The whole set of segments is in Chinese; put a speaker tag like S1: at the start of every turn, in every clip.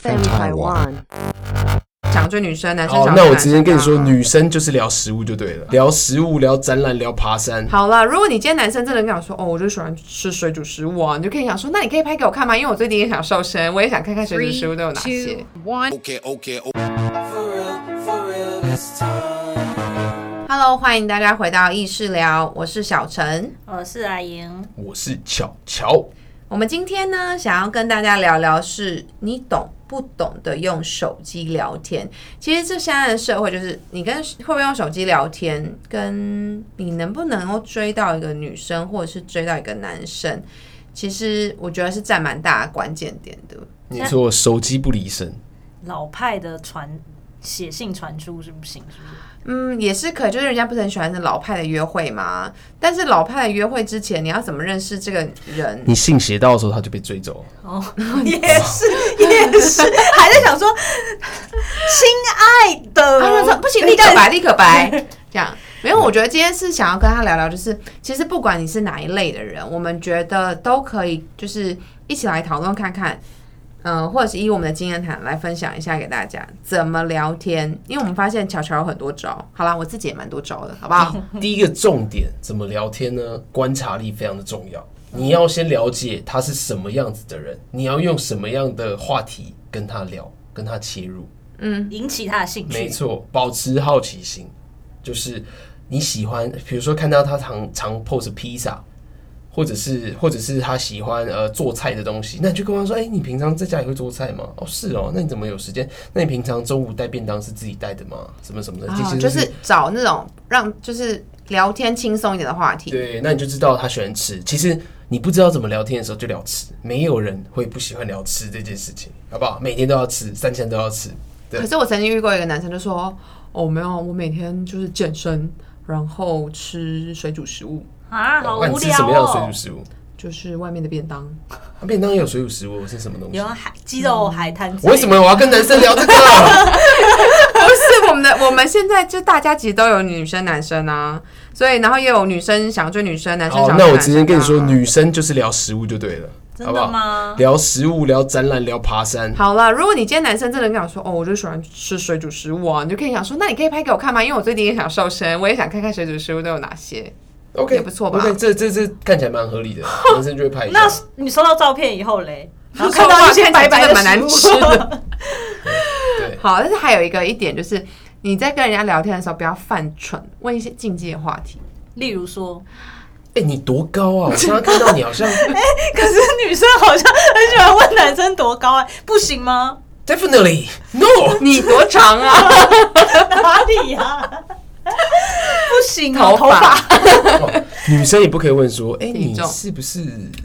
S1: FM Taiwan。
S2: 想追女生，男生
S3: 好
S2: 想追男生啊。，
S3: 哦那我直接跟你说，女生就是聊食物就对了，聊食物，聊展览，聊爬山。
S2: 好了，如果你今天男生真的跟我说，哦，我就喜欢吃水煮食物啊，你就可以想说，那你可以拍给我看吗？因为我最近也想瘦身，我也想看看水煮食物都有哪些。
S4: one.
S5: Okay, okay, okay.
S2: Hello，欢迎大家回到意识聊，我是小陈。
S6: 我是阿莹，
S3: 我是巧巧，
S2: 我们今天呢，想要跟大家聊聊是你懂不懂得用手机聊天。其实这现在的社会，就是你跟会不会用手机聊天，跟你能不能够追到一个女生，或者是追到一个男生，其实我觉得是占蛮大的关键点的。
S3: 你说手机不离身，
S6: 老派的传写信传出是不行，是不是？
S2: 嗯，也是可以，就是人家不是很喜欢的老派的约会嘛。但是老派的约会之前，你要怎么认识这个人？
S3: 你信邪道的时候，他就被追走 了。
S6: 哦， 也是也是， 还在想说，亲爱的，
S2: 他就说不行，立刻白，立刻白，这样。没有，我觉得今天是想要跟他聊聊，就是其实不管你是哪一类的人，我们觉得都可以，就是一起来讨论看看，嗯、或者是以我们的经验谈来分享一下给大家怎么聊天，因为我们发现巧巧有很多招，好啦，我自己也蛮多招的，好不好？
S3: 第一个重点，怎么聊天呢？观察力非常的重要。你要先了解他是什么样子的人，你要用什么样的话题跟他聊，跟他切入。
S6: 引起他的兴
S3: 没
S6: 趣。
S3: 错，保持好奇心，就是你喜欢，比如说看到他常常 pose 披萨，或者是或者是他喜欢呃做菜的东西，那你就跟他说，哎、你平常在家里会做菜吗？哦，是哦，那你怎么有时间？那你平常中午带便当是自己带的吗？什么什么的，
S6: 哦
S2: 然
S3: 这些
S2: 后
S3: 都
S2: 啊就是找那种让就是聊天轻松一点的话题，
S3: 对，那你就知道他喜欢吃。其实你不知道怎么聊天的时候就聊吃，没有人会不喜欢聊吃这件事情，好不好？每天都要吃，三餐都要吃。对
S2: 可是我曾经遇过一个男生，就说：“哦，没有，我每天就是健身，然后吃水煮食物，
S6: 啊，好
S3: 那你
S6: 无
S3: 吃什
S6: 聊
S3: 么样的水煮
S6: 哦。
S3: 食物？
S2: 就是外面的便当。
S3: 啊便当也有水煮食物，是什么东西？
S6: 有海鸡肉海滩之类 的，
S3: 为
S2: 嗯
S3: 什么我要跟男生 聊这个？”
S2: 不是我们的，我们现在就大家其实都有女生、男生啊，所以然后也有女生想追女生，男生
S3: 好，
S2: 想追男生啊、
S3: 哦那我直接跟你说，女生就是聊食物就对了，
S6: 真
S3: 好不好
S6: 的？吗？
S3: 聊食物，聊展览，聊爬山。
S2: 好了，如果你今天男生真的跟我说：“哦，我就喜欢吃水煮食物啊”，你就可以想说：“那你可以拍给我看吗？因为我最近也想瘦身，我也想看看水煮食物都有哪些。
S3: OK，
S2: 也不错吧
S3: OK，这这这看起来蛮 合理的，男生就会拍一下。
S6: 那你收到照片以后嘞，然后
S2: 就 说
S6: 看到
S2: 哇
S6: 一些
S2: 看起来
S6: 白白
S2: 真的蛮难
S6: 食
S2: 吃
S6: 物
S2: 的。
S3: 对”，
S2: 好，但是还有一个一点就是，你在跟人家聊天的时候不要犯蠢，问一些禁忌的话题。
S6: 例如 说，
S3: 哎，你多高啊？我刚刚看到你 好像
S6: 可是女生好像很喜欢问男生多高哎、不行吗？
S3: definitely no。
S2: 你多长啊？
S6: 哪里呀、不行、啊，
S2: 头发
S6: 发
S3: 哦女生也不可以问说，哎，
S2: 体
S3: 你
S2: 重
S3: 是不是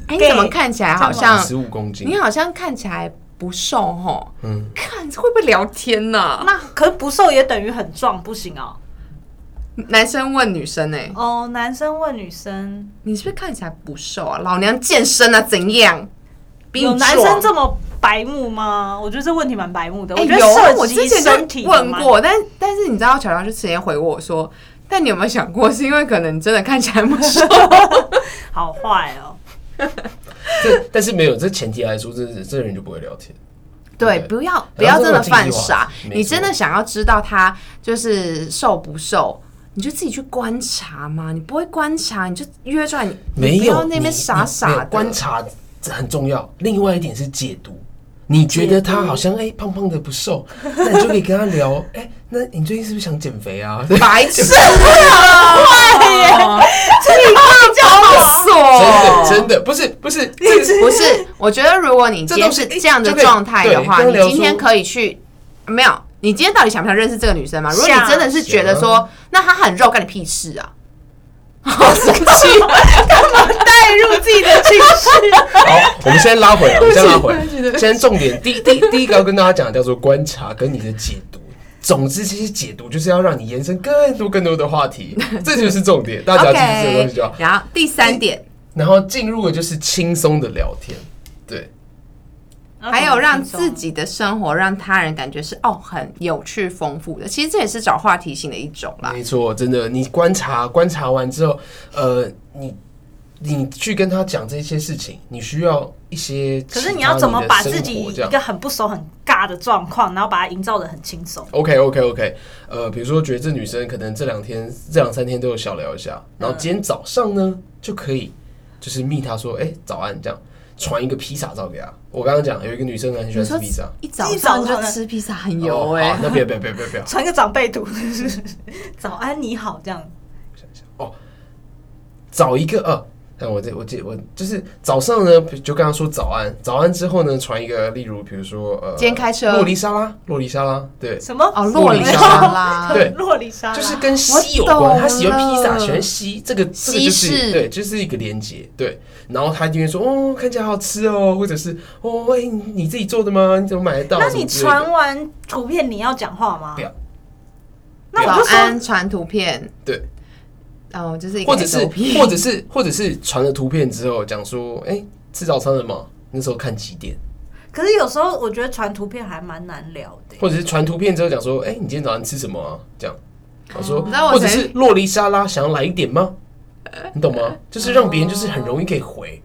S2: 哎、你怎么看起来好像
S3: 十五公斤
S2: 你？好像看起来不瘦吼？
S3: 嗯，
S2: 看会不会聊天呢、
S6: 那可是不瘦也等于很壮，不行啊。
S2: 男生问女生哎、
S6: 哦，男生问女生，
S2: 你是不是看起来不瘦啊？老娘健身啊，怎样？比
S6: 有
S2: 你
S6: 男
S2: 壮
S6: 生这么白目吗？我觉得这问题蛮白目的。
S2: 哎、
S6: 我觉
S2: 有啊
S6: 得
S2: 我
S6: 涉及
S2: 之前
S6: 身
S2: 就
S6: 体
S2: 问
S6: 的嘛，
S2: 过，但但是你知道，巧巧就直接回我说，但你有没有想过，是因为可能你真的看起来不瘦？
S6: 好坏哦。
S3: 这但是没有，这前提来说，这这人就不会聊天。
S2: 对，
S3: 对
S2: 不要不
S3: 然
S2: 要
S3: 后
S2: 真
S3: 这
S2: 的
S3: 种
S2: 犯
S3: 禁忌话
S2: 傻。
S3: 没
S2: 你真的
S3: 错
S2: 想要知道他就是瘦不瘦，你就自己去观察嘛。你不会观察，你就约出来，你
S3: 没
S2: 你不
S3: 有
S2: 要那
S3: 你
S2: 边傻
S3: 你
S2: 傻
S3: 没
S2: 的
S3: 有观。察很重要。另外一点是解读，你觉得他好像哎、胖胖的不瘦，那你就可以跟他聊， 哎、那你最近是不是想减肥 啊？对
S2: 白痴啊！坏耶，这你叫好
S3: 真的
S2: 锁。
S3: 真的不是不哦 是，这个
S2: 不是，我觉得如果你今
S3: 这
S2: 天
S3: 东
S2: 是
S3: 西
S2: 这样的
S3: 就可以
S2: 状态的
S3: 对
S2: 话，
S3: 刚
S2: 你
S3: 聊
S2: 今天
S3: 说
S2: 可以去没有？你今天到底想不想认识这个女生嘛？如果你
S6: 想
S2: 真的是觉得
S3: 想
S2: 说，那她很肉，干你屁事 啊！好生气，
S6: 带入自己的情 绪，
S3: 好，我们现在拉 回来，啊我们现在拉回来。现在重点第第第一个要跟大家讲的叫做观察跟你的解读。总之，这些解读就是要让你延伸更多更多的话 题，这就是重点。大家记住这个东西就好。
S2: 然后第三点，
S3: 然后进入的就是轻松的聊天，对，
S2: 还有让自己的生活让他人感觉是哦很有趣丰富的，其实这也是找话题性的一种啦。
S3: 没错，真的，你观察观察完之后，呃，你你去跟他讲这些事情，你需要一些其他的生活这样，
S6: 可是你要怎么把自己一
S3: 这样
S6: 个很不熟、很尬大的状况，然后把它营造的很轻松。
S3: OK OK OK，呃，比如说觉得这女生可能这两天、这两三天都有小聊一下，然
S6: 嗯
S3: 后今天早上呢就可以就是密她说，哎、早安这样，传一个披萨照给她。我刚刚讲有一个女生很喜
S2: 你
S3: 欢
S2: 说
S3: 吃披萨，
S2: 一早
S6: 一
S2: 上
S6: 早
S2: 就
S6: 上
S2: 吃披萨很
S3: 哦
S2: 油
S6: 欸
S2: 哎、
S3: 好那不要不要不要不要不要，
S6: 传个长辈图， 早安你好这样。
S3: 找一个呃。但我这我这我就是早上呢，就跟她说早安，早安之后呢，传一个，例如比如说呃，
S2: 今天开车
S3: 洛丽莎拉，洛丽莎拉，对，
S6: 什么？
S2: 哦，
S3: 洛
S2: 洛
S3: 梨
S2: 梨
S3: 沙
S2: 沙 拉，
S3: 对
S6: 洛丽莎拉
S3: 就是跟西有关，他喜欢披萨，
S2: 啊我懂了
S3: 喜欢西，这个这个就
S2: 西
S3: 是
S2: 式
S3: 对，就是一个连接，对。然后他就会说，哦，看起来好吃哦，或者是哦，哎、你你自己做的吗？你怎么买得到？
S6: 那
S3: 什么
S6: 你
S3: 之类的
S6: 传完图片你要讲话吗
S3: 不？要
S6: 那我就
S2: 早
S6: 说
S2: 安传图片，
S3: 对，
S2: 哦，就是一个
S3: 或者是
S2: SOP
S3: 或者是或者是传了图片之后讲说，哎、吃早餐了吗？那时候看几点？
S6: 可是有时候我觉得传图片还蛮难聊的。
S3: 或者是传图片之后讲说，哎、你今天早上吃什么啊？这样，我说，
S2: 哦你知道我
S3: 或者
S2: 曾
S3: 是洛丽莎拉想要来一点吗？你懂吗？就是让别人就是很容易可以回，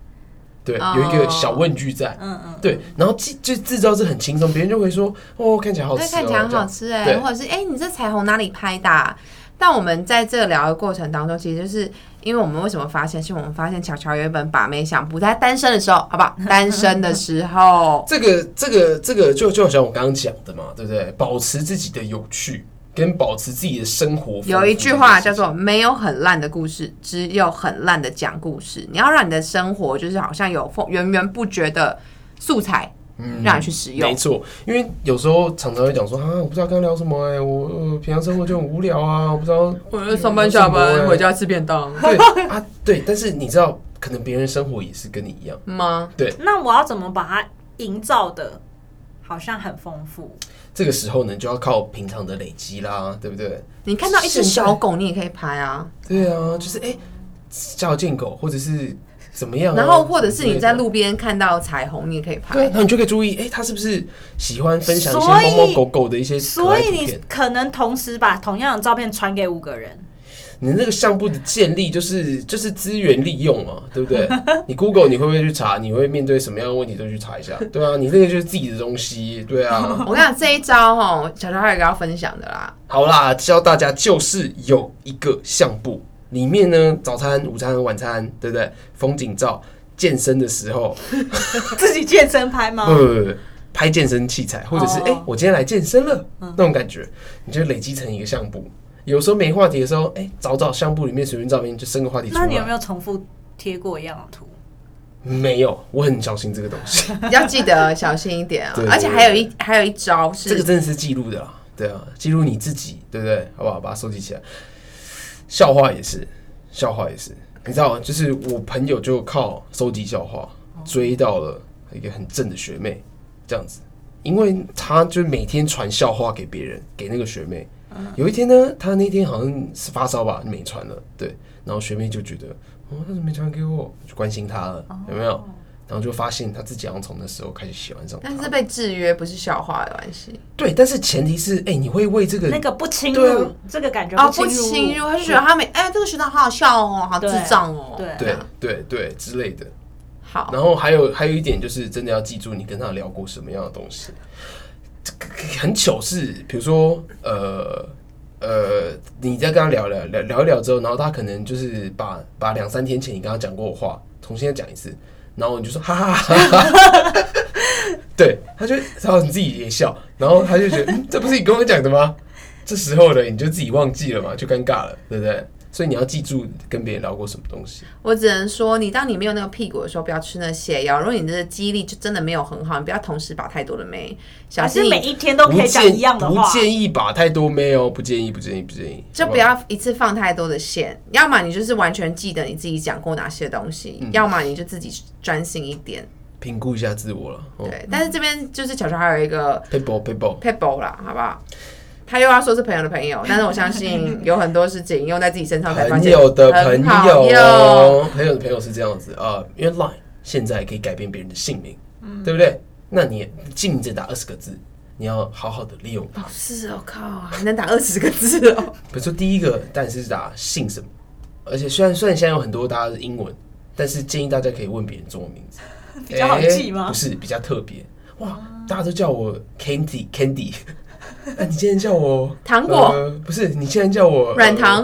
S3: 对，
S2: 哦
S3: 有一个小问句在。
S6: 嗯嗯，
S3: 对，然后制就制造这很轻松，别人就会说哦，看起来好吃、
S2: 那
S3: 哦，
S2: 看起来很
S3: 这
S2: 好
S3: 样
S2: 吃哎、
S3: 对
S2: 或者是哎、你这彩虹哪里拍的、啊？但我们在这个聊的过程当中，其实就是因为我们为什么发现，是我们发现巧巧有一本《把妹相簿》，在单身的时候，好不好？单身的时 候，
S3: 这个这个这个就就好像我刚刚讲的嘛，对不对？保持自己的有趣，跟保持自己的生活。
S2: 有一句话叫做“没有很烂的故事，只有很烂的讲故事”。你要让你的生活就是好像有丰源源不绝的素材，让你去使用
S3: 嗯没。错，因为有时候常常会讲说啊，我不知道刚聊什么哎、我、呃、平常生活就很无聊啊，我不知道。
S2: 我
S3: 就上班下班回
S2: 家吃便当
S3: 对 啊，对，但是你知道，可能别人生活也是跟你一样。
S2: 吗？
S6: 那我要怎么把它营造的，好像很丰富？
S3: 这个时候呢，就要靠平常的累积啦，对不对？
S2: 你看到一只
S3: 现在
S2: 小狗，你也可以拍啊。
S3: 对啊，就是哎，家有贱狗，或者是怎么样啊、
S2: 然后或者是你在
S3: 之类的。
S2: 路边看到彩虹，你也可以拍。
S3: 对，然后你就可以注意，哎、他是不是喜欢分享一些
S6: 所以
S3: 猫猫狗狗的一些可
S6: 所
S3: 爱
S6: 以
S3: 图
S6: 你
S3: 片？
S6: 可能同时把同样的照片传给五个人，
S3: 你那个相簿的建立，就是就是资源利用嘛，对 不对？你 Google 你会不会去查？你会面对什么样的问题都去查一下，对啊，你那个就是自己的东西，对啊。
S2: 我跟你讲这一招哦，小乔还有一个要分享的 啦，
S3: 好啦，教大家就是有一个相簿，里面呢早餐、午餐、晚餐，对不对？风景照、健身的时候，
S6: 自己健身拍吗
S3: 不？不不不，拍健身器材，或者是哎、
S6: 嗯哦嗯
S3: 诶我今天来健身了、那种感觉，你就累积成一个相簿。有时候没话题的时候，哎、找找相簿里面随便照片就生个话题出来。
S6: 那你有没有重复贴过一样的图？
S3: 没有，我很小心这个东西，
S2: 要记得小心一点啊
S3: 对。对
S2: 而且还有一还有一招是，
S3: 这个真的是记录的啦，对啊，记录你自己，对不对？好不好？把它收集起来。笑话也是，笑话也是，你知道吗？就是我朋友就靠收集笑话追到了一个很正的学妹，这样子，因为他就每天传笑话给别人，给那个学妹。有一天呢，他那天好像是发烧吧，没传了，对，然后学妹就觉得，哦，他怎么没传给我？就关心他了，有没有？然后就发现他自己好像从那时候开始喜欢上他
S2: 但。是被制约不是笑话的关系
S3: 对，但是前提是，哎、你会为这个
S6: 那个不侵
S3: 对啊
S6: 入，这个感觉
S2: 哦，不
S6: 不
S2: 侵
S6: 侵
S2: 入，他就觉得他每哎这个学长好好笑哦，好智障哦，
S6: 对
S3: 对对对之类的。
S2: 好
S3: 然后还有还有一点就是，真的要记住你跟他聊过什么样的东西。这个很糗事，比如说呃呃，你在跟他聊聊聊聊一聊之后，然后他可能就是把把两三天前你跟他讲过的话重新再讲一次，然后你就说哈哈哈哈哈哈。对，他就然后你自己也笑，然后他就觉得、嗯、这不是你跟我讲的吗？这时候呢，你就自己忘记了嘛，就尴尬了，对不对？所以你要记住跟别人聊过什么东西。
S2: 我只能说，你当你没有那个屁股的时候，不要吃那泻药。如果你的肌力就真的没有很好，你不要同时把太多的妹，小
S6: 还是
S2: 心
S6: 每
S2: 你
S6: 一天都可以讲一样的话
S3: 不？建议把太多妹哦，不建议，不建议，不建议，
S2: 就
S3: 好
S2: 不
S3: 好。
S2: 要一次放太多的线，要么你就是完全记得你自己讲过哪些东西，
S3: 嗯
S2: 要么你就自己专心一点。
S3: 评估一下自我了。哦
S2: 对，但是这边就是巧巧还有一个
S3: People, people，
S2: pebble 啦，好不好？他又要说是朋友的朋 友，但是我相信有很多事情用在自己身上才发
S3: 朋
S2: 现
S3: 友的朋
S2: 很好
S3: 友
S2: 用。
S3: 哦，朋友的朋友是这样子啊、呃因为 Line 现在可以改变别人的姓名，
S6: 嗯
S3: 对不对？那你禁止打二十个字，你要好好的利用它。
S2: 哦是哦，靠，还能打二十个字 哦。
S3: 比如说第一个，但是打姓什么，而且虽然虽然现在有很多大家 是英文，但是建议大家可以问别人中文名字，比
S6: 较好记吗
S3: 不是，比较特别。哇，
S2: 啊
S3: 大家都叫我 Candy Candy，那、 你竟然叫我
S2: 糖果
S3: 呃不是，你竟然叫我
S2: 软、糖，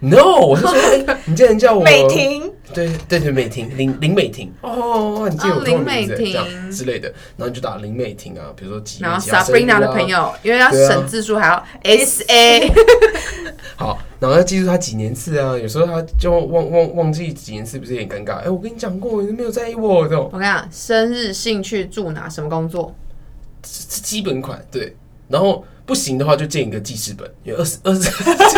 S3: 呃 No，我是说，哎你竟然 叫我
S6: 美婷，
S3: 对对对，美婷林林美婷哦，你竟然有
S2: 哦
S3: 这种
S2: 林美
S3: 名字这样
S2: 婷
S3: 之类的，然后你就打林美婷啊，比如说吉
S2: 然后
S3: 吉啊森林
S2: Sabrina 的
S3: 啊
S2: 朋友，因为要
S3: 对啊
S2: 省字数还要 S A，
S3: 好，然后要记住他几年次啊，有时候他就忘忘忘记几年次，不是也很尴尬？哎、我跟你讲过，你都没有在意我这种，
S2: 我跟你讲，生日、兴趣、住哪、什么工作，
S3: 这这基本款对。然后不行的话就建一个记事本，有二十二十记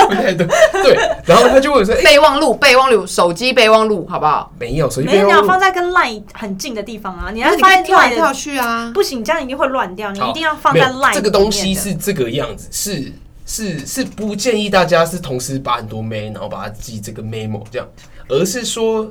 S3: 不太多，对。然后他就问我说：“哎、
S2: 备忘录、备忘录、手机备忘录，好不好？
S3: 没有哦手机
S6: 没
S3: 备
S6: 有，你要
S3: 忘录
S6: 放在跟 LINE 很近的地方啊，你要
S2: 那你
S6: 放
S2: 可
S6: 在
S2: 以跳来
S6: LINE
S2: 跳
S6: 的，
S2: 去啊。
S6: 不行，这样一定会乱掉，你
S3: 好
S6: 一定要放
S3: 没
S6: 在
S3: 有
S6: LINE
S3: 这个东西
S6: 里面的
S3: 是这个样子，是是是不建议大家是同时把很多 mail，然后把它记这个 memo 这样，而是说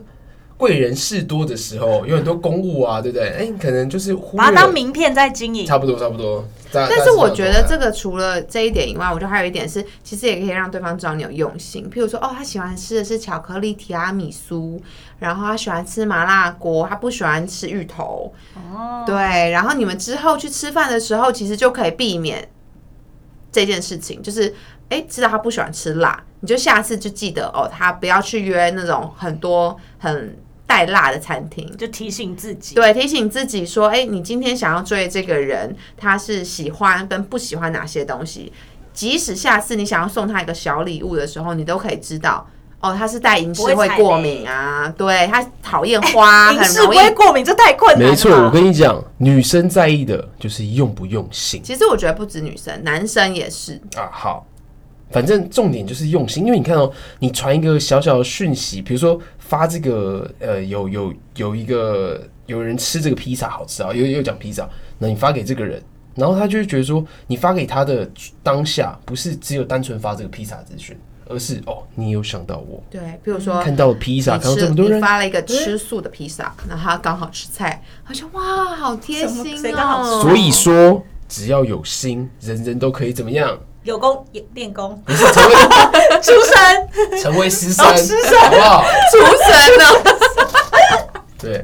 S3: 贵人事多的时候，有很多公务啊，对不对？哎、你可能就是忽略
S6: 把它
S3: 了
S6: 当名片在经营。
S3: 差不多，差不多。但
S2: 但是我觉得这
S3: 个
S2: 个除了这一点以外，我觉得还有一点是，其实也可以让对方知道你有用心。譬如说，哦，他喜欢吃的是巧克力提拉米苏，然后他喜欢吃麻辣锅，他不喜欢吃芋头。
S6: 哦，
S2: 对，然后你们之后去吃饭的时候，其实就可以避免这件事情，就是哎，知道他不喜欢吃辣，你就下次就记得哦，他不要去约那种很多很带辣的餐厅。
S6: 就提醒自己。
S2: 对，提醒自己说，哎，你今天想要追这个人，他是喜欢跟不喜欢哪些东西。即使下次你想要送他一个小礼物的时候，你都可以知道，哦，他是带银饰
S6: 不会
S2: 会
S6: 踩
S2: 过
S6: 雷
S2: 敏啊，对他讨厌花，
S6: 影
S2: 很
S6: 视不
S2: 容易
S6: 会过敏，这太困难了吧。
S3: 没错，我跟你讲，女生在意的就是用不用心
S2: 其实我觉得不止女生，男生也是。
S3: 啊。好，反正重点就是用心，因为你看哦，你传一个小小的讯息，比如说发这个呃，有有有一个有人吃这个披萨好吃啊，又又讲披萨，那你发给这个人。然后他就会觉得说，你发给他的当下，不是只有单纯发这个披萨资讯，而是哦，你有想到我，
S2: 对，比如
S6: 嗯
S2: 说
S3: 看到披萨，
S2: 你
S3: 看到这
S2: 吃，
S3: 么多
S2: 你
S3: 人，
S2: 发了一个吃素的披萨，然后他刚好吃菜，他说哇，好贴
S6: 什么
S2: 心
S6: 谁刚好
S2: 哦。
S6: 吃
S3: 所以说，只要有心，人人都可以怎么样？
S6: 有功也练功，
S3: 不是成为
S6: 出生
S3: 成为师生，
S6: 哦师
S3: 好不好？
S2: 厨神呢？
S3: 对，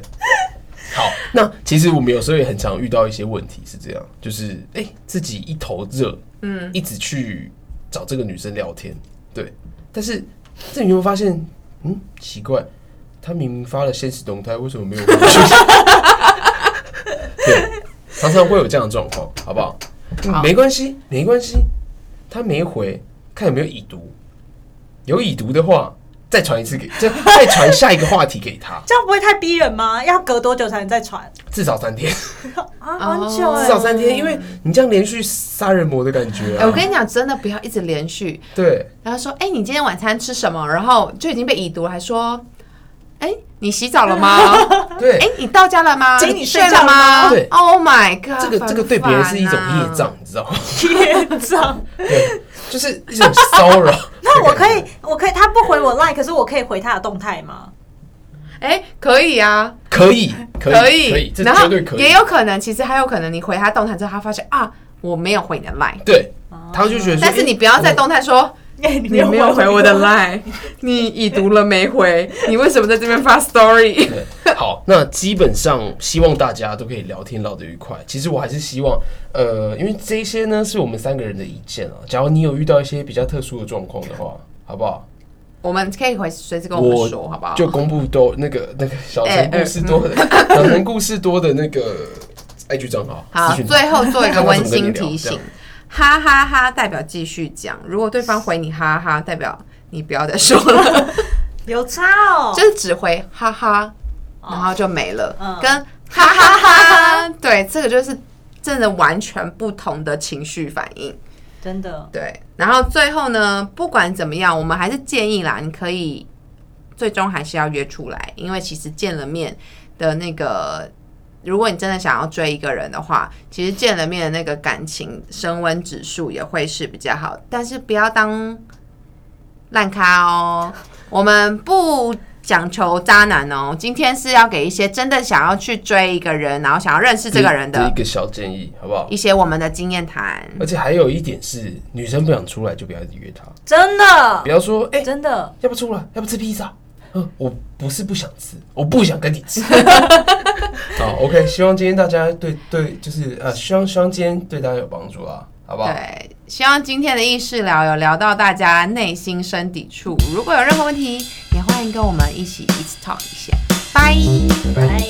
S3: 好。 那其实我们有时候也很常遇到一些问题是这样，就是哎、诶自己一头热，嗯，一直去找这个女生聊天，对。但是这你有没有发现，嗯，奇怪，她明明发了现实动态，为什么没有回去？ 对，常常会有这样的状况，好不好？嗯没关系，没关系，他没回，看有没有已读。有已读的话，再传一次给，再再传下一个话题给他，
S6: 这样不会太逼人吗？要隔多久才能再传
S3: 至少三天，
S6: 啊？
S2: 哦
S6: 很久
S3: 至
S6: 哎
S3: 少三天，因为你这样连续杀人魔的感觉
S2: 哎，
S3: 啊。
S2: 我跟你讲，真的不要一直连续。
S3: 对，
S2: 然后说，哎，你今天晚餐吃什么？然后就已经被已读了，还说，哎，你洗澡了 吗？
S3: 对，
S2: 哎，你到家了吗？
S6: 请你
S2: 你
S6: 睡
S2: 睡
S6: 觉
S2: 了吗
S3: 对
S2: ？Oh my god！
S3: 这个这个对别人是一种业
S2: 啊
S3: 障，。你知道吗？
S6: 业障。
S3: 对，就是一种骚扰。
S6: 那我可以，，我可以，他不回我 line，可是我可以回他的动态吗？
S2: 哎，可以啊，
S3: 可以，可以，可以，这
S2: 然
S3: 绝
S2: 后
S3: 对可以。
S2: 也有可能，其实还有可能你回他动态之后，他发现啊，我没有回你的 line，
S3: 对，他就觉得说，
S2: 但是
S3: 诶
S2: 你不要在动态说。
S6: 哎，你
S2: 你没有回我的 line，你已读了没回？你为什么在这边发 story？
S3: 对，好，那基本上希望大家都可以聊天聊得愉快。其实我还是希望，呃，因为这些呢是我们三个人的意见啊。假如你有遇到一些比较特殊的状况的话，好不好？
S2: 我们可以回随时跟我们说，好不好？
S3: 就公布多那个那个小
S2: 哎嗯
S3: 城故事多的、 小城故事多的那个 IG 账号。
S2: 好
S3: 私，讯他
S2: 最后做一个
S3: 看他
S2: 温
S3: 怎么跟
S2: 馨
S3: 你聊
S2: 提
S3: 这
S2: 醒
S3: 样，
S2: 哈哈哈代表继续讲，如果对方回你哈哈，代表你不要再说了，
S6: 有差哦，
S2: 就是只回哈哈，然后就没了，
S6: 嗯
S2: 跟哈哈哈哈，对，这个就是真的完全不同的情绪反应，
S6: 真的
S2: 对。然后最后呢，不管怎么样，我们还是建议啦，你可以最终还是要约出来，因为其实见了面的那个。如果你真的想要追一个人的话，其实见了面的那个感情升温指数也会是比较好，但是不要当烂咖哦。我们不讲求渣男哦，今天是要给一些真的想要去追一个人，然后想要认识这个人
S3: 这
S2: 的
S3: 一个小建议，好不好
S2: 一？些我们的经验谈。
S3: 而且还有一点是，女生不想出来就不要约她，
S6: 真的
S3: 不要说哎、
S6: 真的
S3: 要不出来，要不吃披萨，嗯，我不是不想吃，我不想跟你 吃。好，OK，希望今天大家对对，就是呃，希望希望今天对大家有帮助啦，好不好？
S2: 对，希望今天的意识聊有聊到大家内心深抵触。如果有任何问题，也欢迎跟我们一起一起 talk 一下。拜。
S6: 拜。